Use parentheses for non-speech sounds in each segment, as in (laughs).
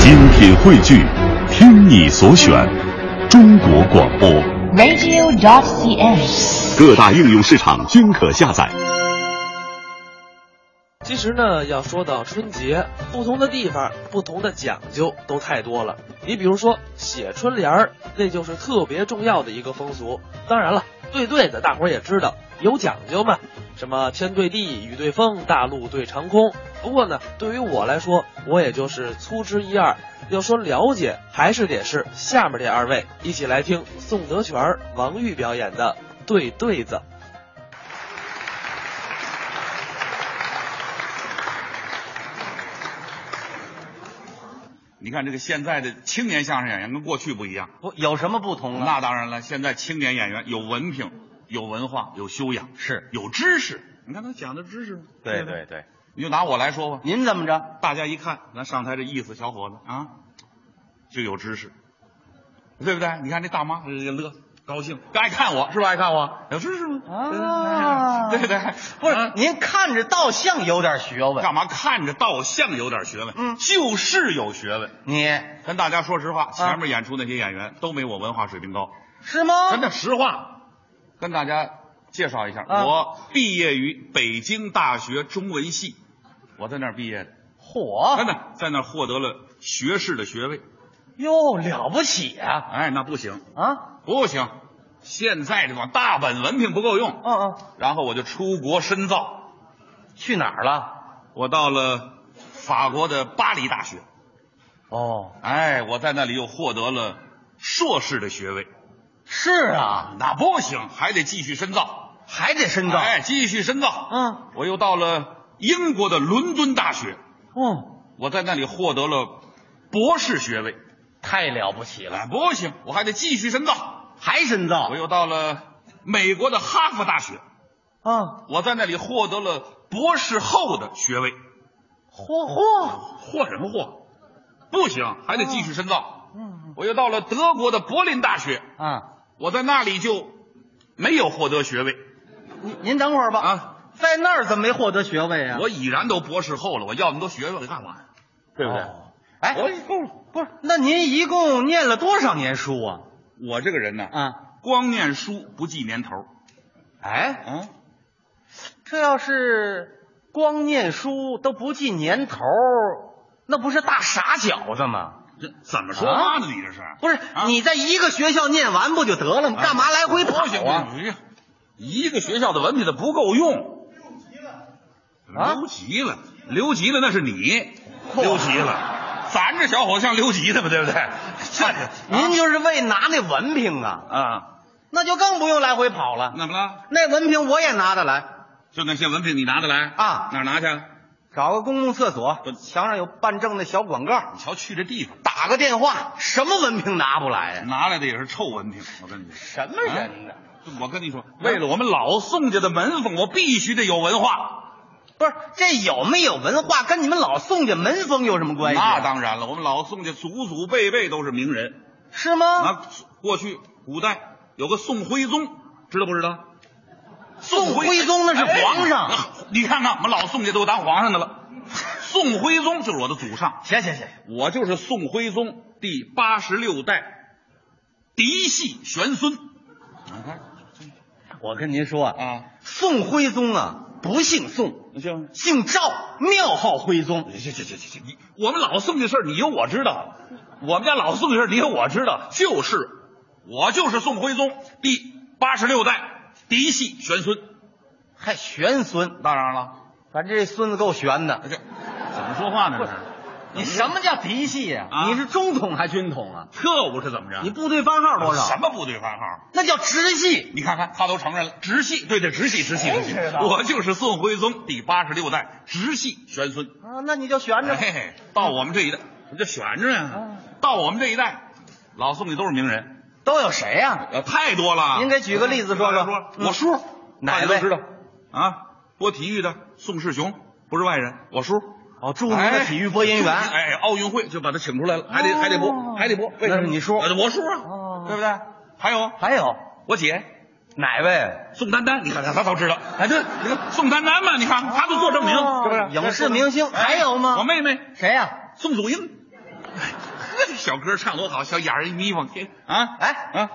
精品汇聚，听你所选，中国广播。 radio.cn。各大应用市场均可下载。其实呢，要说到春节，不同的地方、不同的讲究都太多了。你比如说写春联儿，那就是特别重要的一个风俗。当然了，对对的，大伙儿也知道有讲究嘛， (laughs) 什么天对地，雨对风，大陆对长空。不过呢，对于我来说，我也就是粗知一二。要说了解，还是得是下面这二位一起来听宋德全、王玉表演的《对对子》。你看这个现在的青年相声演员跟过去不一样，不有什么不同啊？那当然了，现在青年演员有文凭、有文化、有修养，是有知识。你看他讲的知识，对不对对，你就拿我来说吧，您怎么着？大家一看，咱上台这意思，小伙子啊，就有知识，对不对？你看这大妈这乐高兴，爱看我是吧？爱看我有知识吗？啊对不对？ (laughs) 不是啊，您看着倒像有点学问，干嘛看着倒像有点学问，嗯就是有学问。你跟大家说实啊话，前面演出那些演员都没我文化水平高。是吗？真的实话，跟大家介绍一下，啊我毕业于北京大学中文系，我在那儿毕业的，真火的在那儿获得了学士的学位。哟，了不起啊！哎，那不行，啊，不行，现在这种大本文凭不够用。嗯嗯，然后我就出国深造，去哪儿了？我到了法国的巴黎大学，哦，哎，我在那里又获得了硕士的学位。是啊，那不行，还得继续深造，还得深造。哎，继续深造。嗯我又到了英国的伦敦大学，嗯，我在那里获得了博士学位。太了不起了，哎，不行，我还得继续深造。还深造我。又到了美国的哈佛大学，啊，我在那里获得了博士后的学位。嚯嚯，获什么获？不行，还得继续深造。嗯我又到了德国的柏林大学，啊，我在那里就没有获得学位您您等会儿吧。，啊，在那儿怎么没获得学位啊？我已然都博士后了，我要那么多学位干嘛呀？对不对？哦哎，我不是，那您一共念了多少年书啊？我这个人呢，啊，光念书不记年头。哎，嗯，这要是光念书都不记年头，那不是大傻小子吗？这怎么说话呢？你 (laughs) 这是不是，啊你在一个学校念完不就得了吗？干嘛来回跑不行啊？不行，一个学校的文凭它不够用。啊留级了，留级了，那是你嚯留级了。咱这小伙子像留级的吧，对不对？这您就是为拿那文凭啊，啊，那就更不用来回跑了。怎么了？那文凭我也拿得来，就那些文凭你拿得来啊哪儿拿去？找个公共厕所不，墙上有办证的小广告，你瞧去这地方，打个电话，什么文凭拿不来呀？啊拿来的也是臭文凭。我跟你说，什么人呢？我跟你说，为了我们老宋家的门风，我必须得有文化。不是，这有没有文化跟你们老宋家门风有什么关系啊？那当然了，我们老宋家祖祖辈辈都是名人。是吗？那过去古代有个宋徽宗，知道不知道？宋徽宗那是皇上哎 (laughs) 你看看我们老宋家都当皇上的了。宋徽宗就是我的祖上，行行行，我就是宋徽宗第八十六代嫡系玄孙。你看我跟您说啊，啊，宋徽宗啊不姓宋，那行。姓赵，庙号徽宗。这这这这这，你我们老宋家事儿你有我知道，我们家老宋家事儿你有我知道，就是我就是宋徽宗第八十六代嫡系玄孙。还玄孙，当然了，反哎正这孙子够玄的。这怎么说话呢？这是你什么叫嫡系呀、啊你是中统还军统啊？特务是怎么着？你部队番号多少？什？么部队番号？那叫直系。你看看，他都承认了，直系，对对，直系，直系，谁直系知道我就是宋徽宗第八十六代直系玄孙。哎啊，那你就悬着吧。嘿嘿，到我们这一代，这悬着嗯呀。到我们这一代，老宋家都是名人，都有谁呀、呃，太多了。您给举个例子说说啊说嗯我叔，哪大家位都知道啊？播体育的宋世雄不是外人，我叔。哦，著名的体育播音员。哎，奥运会就把他请出来了，还得还得播，还得播。为什那么？是你叔呃我叔哦啊，对不对？还有还有我姐哪位？宋丹丹，你看他他都知道，哎，这你看宋丹丹嘛，你哦看他都做证明，是不是？哎影视明星还有吗我妹妹谁呀、宋祖英， (laughs) 呵，这小歌唱多好，小眼儿一眯缝，天啊哎啊，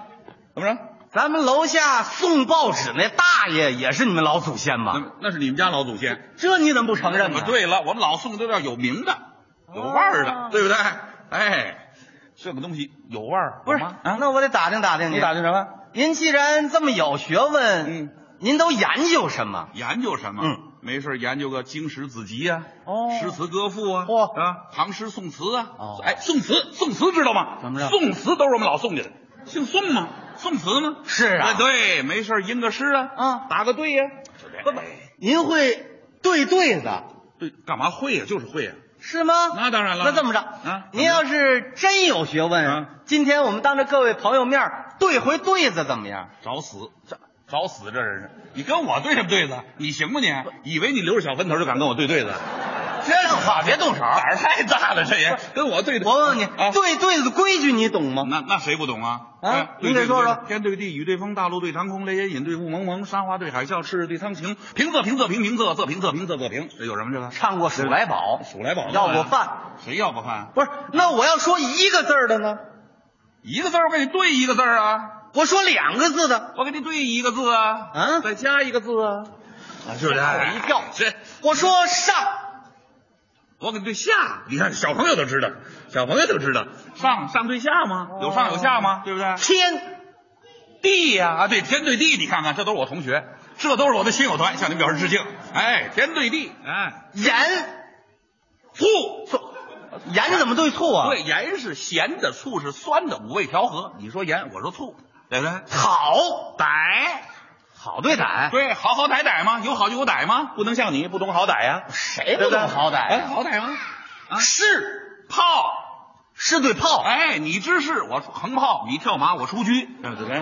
怎么着？咱们楼下送报纸那大爷也是你们老祖先吧？那那是你们家老祖先。啊这你怎么不承认呢？，对了，我们老宋都要有名的，有腕儿哦的，对不对？哎，这个东西有腕儿，不是有吗啊？那我得打听打听您。你打听什么？您既然这么有学问，嗯，您都研究什么？研究什么？嗯，没事儿研究个经史子集呀、哦诗词歌赋啊，嚯啊，唐诗宋词啊，哦哎，宋词，宋词知道吗？怎么着宋词都是我们老宋家的，姓宋吗？宋词吗？是啊哎对，没事儿吟个诗啊，啊答个对呀、就这样不不，您会对对子对，干嘛会呀、就是会呀、是吗？那当然了那这么着，啊您要是真有学问，啊今天我们当着各位朋友面儿对回对子怎么样？找死，找找死，这人是！你跟我对什么对子？你行吗你？以为你留着小分头就敢跟我对对子？这样的话别动手。胆儿太大了，这也跟我对对。我问问你，啊，对对子的规矩你懂吗？那那谁不懂啊？啊哎您对给说对说对天对地，雨对风，大陆对长空，雷隐隐对雾蒙蒙，山花对海啸，赤日对苍穹，平仄平仄平平仄仄平仄平仄仄平，这有什么这个？唱过《鼠来宝》，数来宝要我过饭，谁要过饭？不是？那我要说一个字儿的呢？一个字儿我给你对一个字儿啊，我说两个字的，我给你对一个字啊，啊再加一个字啊，啊是不是？吓我一跳这我说上，我给对下，你看小朋友都知道，小朋友都知道上上对下吗？有上有下吗？对不对？天地呀、啊，对天对地，你看看，这都是我同学，这都是我的亲友团，向您表示致敬。哎，天对地，哎，盐醋，醋，盐怎么对醋啊？对，，盐是咸的，醋是酸的，五味调和。你说盐，我说醋，对不对？好歹，好对歹，对，好好歹歹嘛，有好就有歹嘛，不能像你不懂好歹呀、对谁不不对懂好歹啊哎，呀？好歹吗？啊，是炮，是对炮，哎，你知事，我出横炮，你跳马，我出车，对不对？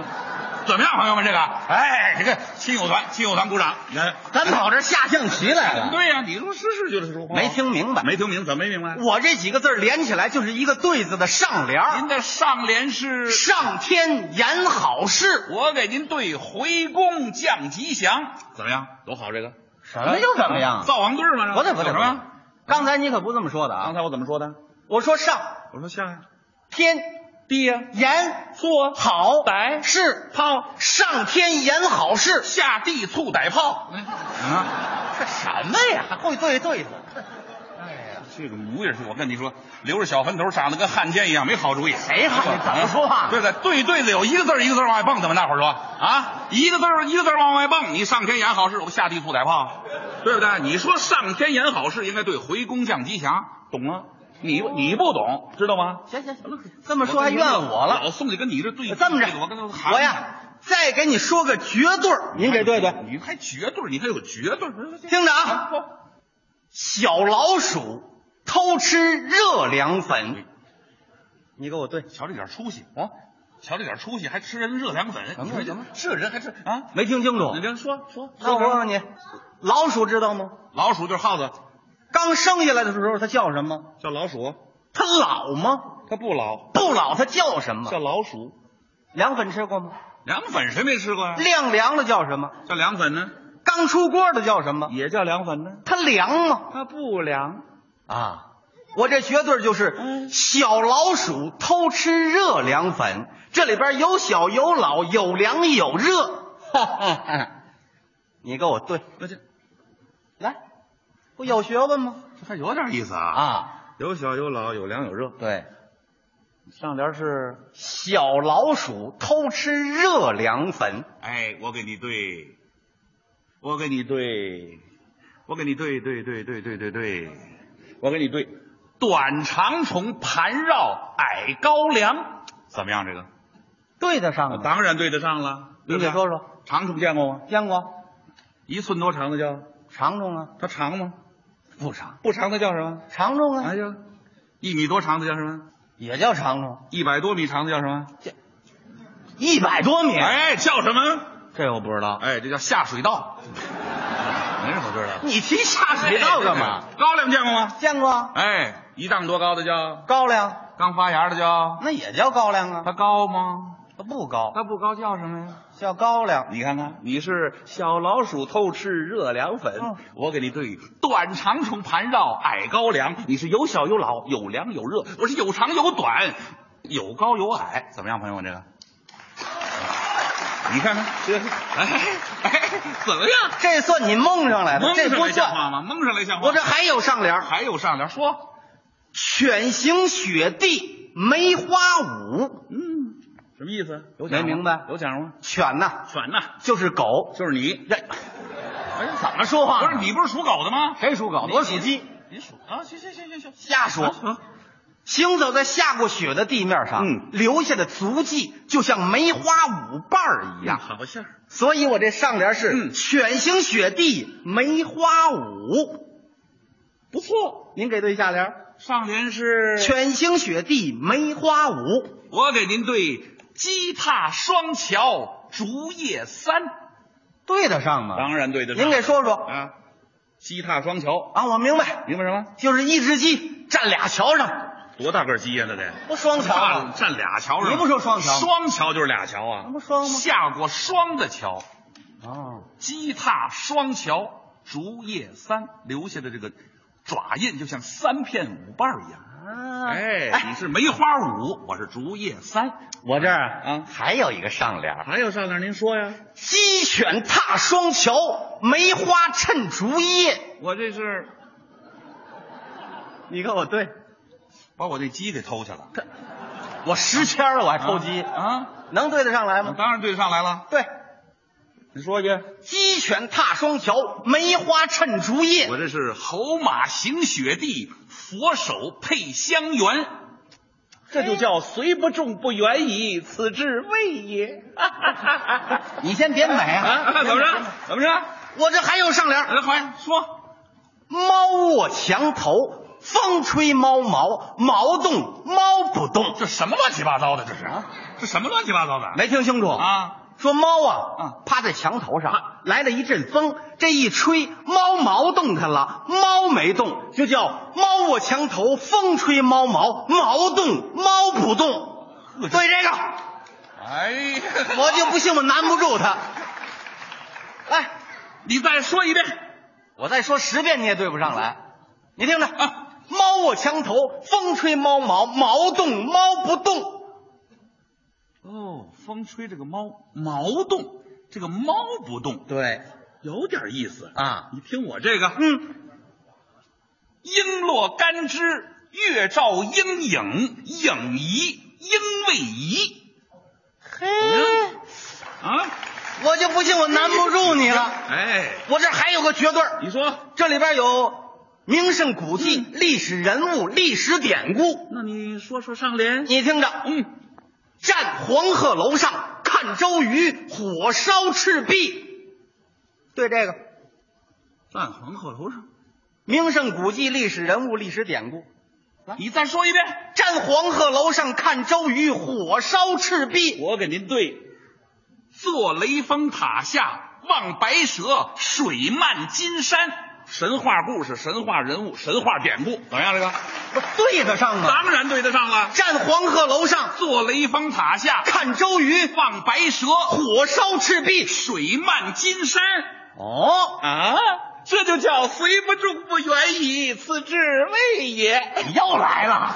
怎么样，朋友们？这个，哎，这个亲友团，亲友团鼓掌。哎咱跑这儿下象棋来了。对呀、你说是是就是说话，没听明白，没听明，怎么没明白？我这几个字儿连起来就是一个对子的上联儿您的上联是，上天言好事，我给您对回宫降吉祥，怎么样？多好这个？什么叫怎么样？灶王棍吗？不对不对有不什对么？，刚才你可不这么说的刚啊！才我怎么说的？我说上我说下呀，天地呀，言醋啊，好歹是炮，上天言好事，下地醋歹炮。啊，这什么呀？会对对子，这个模样是我跟你说，留着小坟头长得跟汉奸一样，没好主意。啊谁喊你怎么说啊话？对对对对子有一个字儿一个字儿往外蹦，怎么大伙儿说啊？一个字儿一个字儿往外蹦，你上天言好事，我下地醋歹炮，对不对？你说上天言好事，应该对回宫降吉祥，懂吗？你你不懂，知道吗？行行行，哦这么说还怨我了。老宋就跟你这对这么着我跟他，喊我呀，再给你说个绝对儿，您给对对。你还绝对，你还有绝对，听着啊，小老鼠偷吃热凉粉，你给我对瞧这点出息，啊？瞧这点出息，还吃人热凉粉，怎么你说这怎么这人还吃啊？没听清楚你这说说，那我问问啊你，老鼠知道吗？老鼠就是耗子，刚生下来的时候它叫什么？叫老鼠，它老吗？它不老，不老它叫什么？老鼠。凉粉吃过吗？凉粉谁没吃过呀、晾凉了叫什么？叫凉粉呢，刚出锅的叫什么？也叫凉粉呢，它凉吗？它不凉。啊，我这绝对就是小老鼠偷吃热凉粉，这里边有小有老，有凉有热。哈哈，你给我对那这来，不有学问吗？这还有点意思啊！啊，有小有老，有凉有热。对，上联是，小老鼠偷吃热凉粉，哎，我给你对，我给你对，我给你对对对对对对对，我给你对，短长虫盘绕矮高粱，怎么样？这个、对得上吗？当然对得上了。嗯你对给不对说，说，长虫见过吗？见过一寸多长的叫长虫啊？它长吗？不长，不长的叫什么？长虫啊哎呀，一米多长的叫什么？也叫长虫，一百多米长的叫什么？一百多米，哎，叫什么？这我不知道。哎，这叫下水道。 (laughs) 没人我知道。你提下水道干哎嘛？？高粱见过吗？见过哎，一丈多高的叫高粱，刚发芽的叫那也叫高粱啊。它高吗？不不高，那不高叫什么呀？叫高粱。你看看，你是小老鼠偷吃热凉粉，嗯我给你对短长虫盘绕矮高粱，你是有小有老，有凉有热，我是有长有短，有高有矮，怎么样，朋友们这个？你看看这，哎哎，怎么样？这算你蒙上来的，蒙哎这上不来像算。话吗？蒙上来像话。我这还有上联儿，还有上联说，犬行雪地梅花舞。嗯，什么意思？有没奖吗明白有奖吗？犬呐，犬呐，就是狗。就是你。这，哎，怎么说话呢不是你不是属狗的吗？谁属狗的你我属鸡。你你属啊？行行行行行，瞎说。啊行走在下过雪的地面上，嗯留下的足迹就像梅花舞瓣儿一样。好像儿所以我这上联是“嗯犬行雪地梅花舞不错。”。您给对下联儿，上联是犬行雪地梅花舞。我给您对鸡踏双桥竹叶三，对得上吗？当然对得上。您给说说啊，鸡踏双桥，啊，我明白，明白什么？就是一只鸡站俩桥上，多大个鸡呀？那得不双桥啊站吗？站俩桥上，你不说双桥吗双桥就是俩桥啊，那不双吗下过霜的桥，哦，鸡踏双桥，竹叶三，留下的这个爪印就像三片舞瓣儿一样。啊，哎，你是梅花舞，我是竹叶三。我这儿啊还有一个上联儿，还有上联，您说呀？鸡犬踏双桥，梅花衬竹叶。我这是你看我对，把我这鸡给偷去了，我十签了，我还偷鸡，啊？能对得上来啊吗？当然对得上来了。对，你说去，鸡犬踏双桥，梅花衬竹叶我。这是侯马行雪地，佛手配香园。这就叫虽不中不远矣，此至谓也。你先别美啊，嗯啊， (laughs) 怎么着？怎么着？我这还有上联儿，来，欢迎哎说，猫卧墙头，风吹猫毛，毛动猫不动。这什么乱七八糟的？这是啊？这什么乱七八糟的？没听清楚？啊，说猫啊，嗯趴在墙头上，来了一阵风，这一吹，猫毛动弹了，猫没动，就叫猫卧墙头，风吹猫毛，毛动猫不动。对这个，哎呀，我就不信我难不住他。 (laughs) 来，哎你再说一遍我再说十遍你也对不上来，你听着啊猫卧墙头，风吹猫毛，毛动猫不动。哦，风吹这个猫毛动，这个猫不动，对，有点意思啊你听我这个，嗯，璎珞干枝，月照阴影，影移，应未移嘿，啊！我就不信我难不住你了。哎，我这还有个绝对儿，你说，这里边有名胜古迹、历史人物、历史典故。那你说说上联？你听着，嗯，站黄鹤楼上看周瑜火烧赤壁，对这个站黄鹤楼上，名胜古迹、历史人物、历史典故。你再说一遍，站黄鹤楼上看周瑜火烧赤壁，我给您对。坐雷峰塔下望白蛇，水漫金山。神话故事、神话人物、神话典故，怎么样？这个不对得上吗？当然对得上了。站黄鹤楼上坐雷峰塔下看周瑜望白蛇，火烧赤壁，水漫金山哦，啊，这就叫虽不中不远矣，此至谓也。你又来了。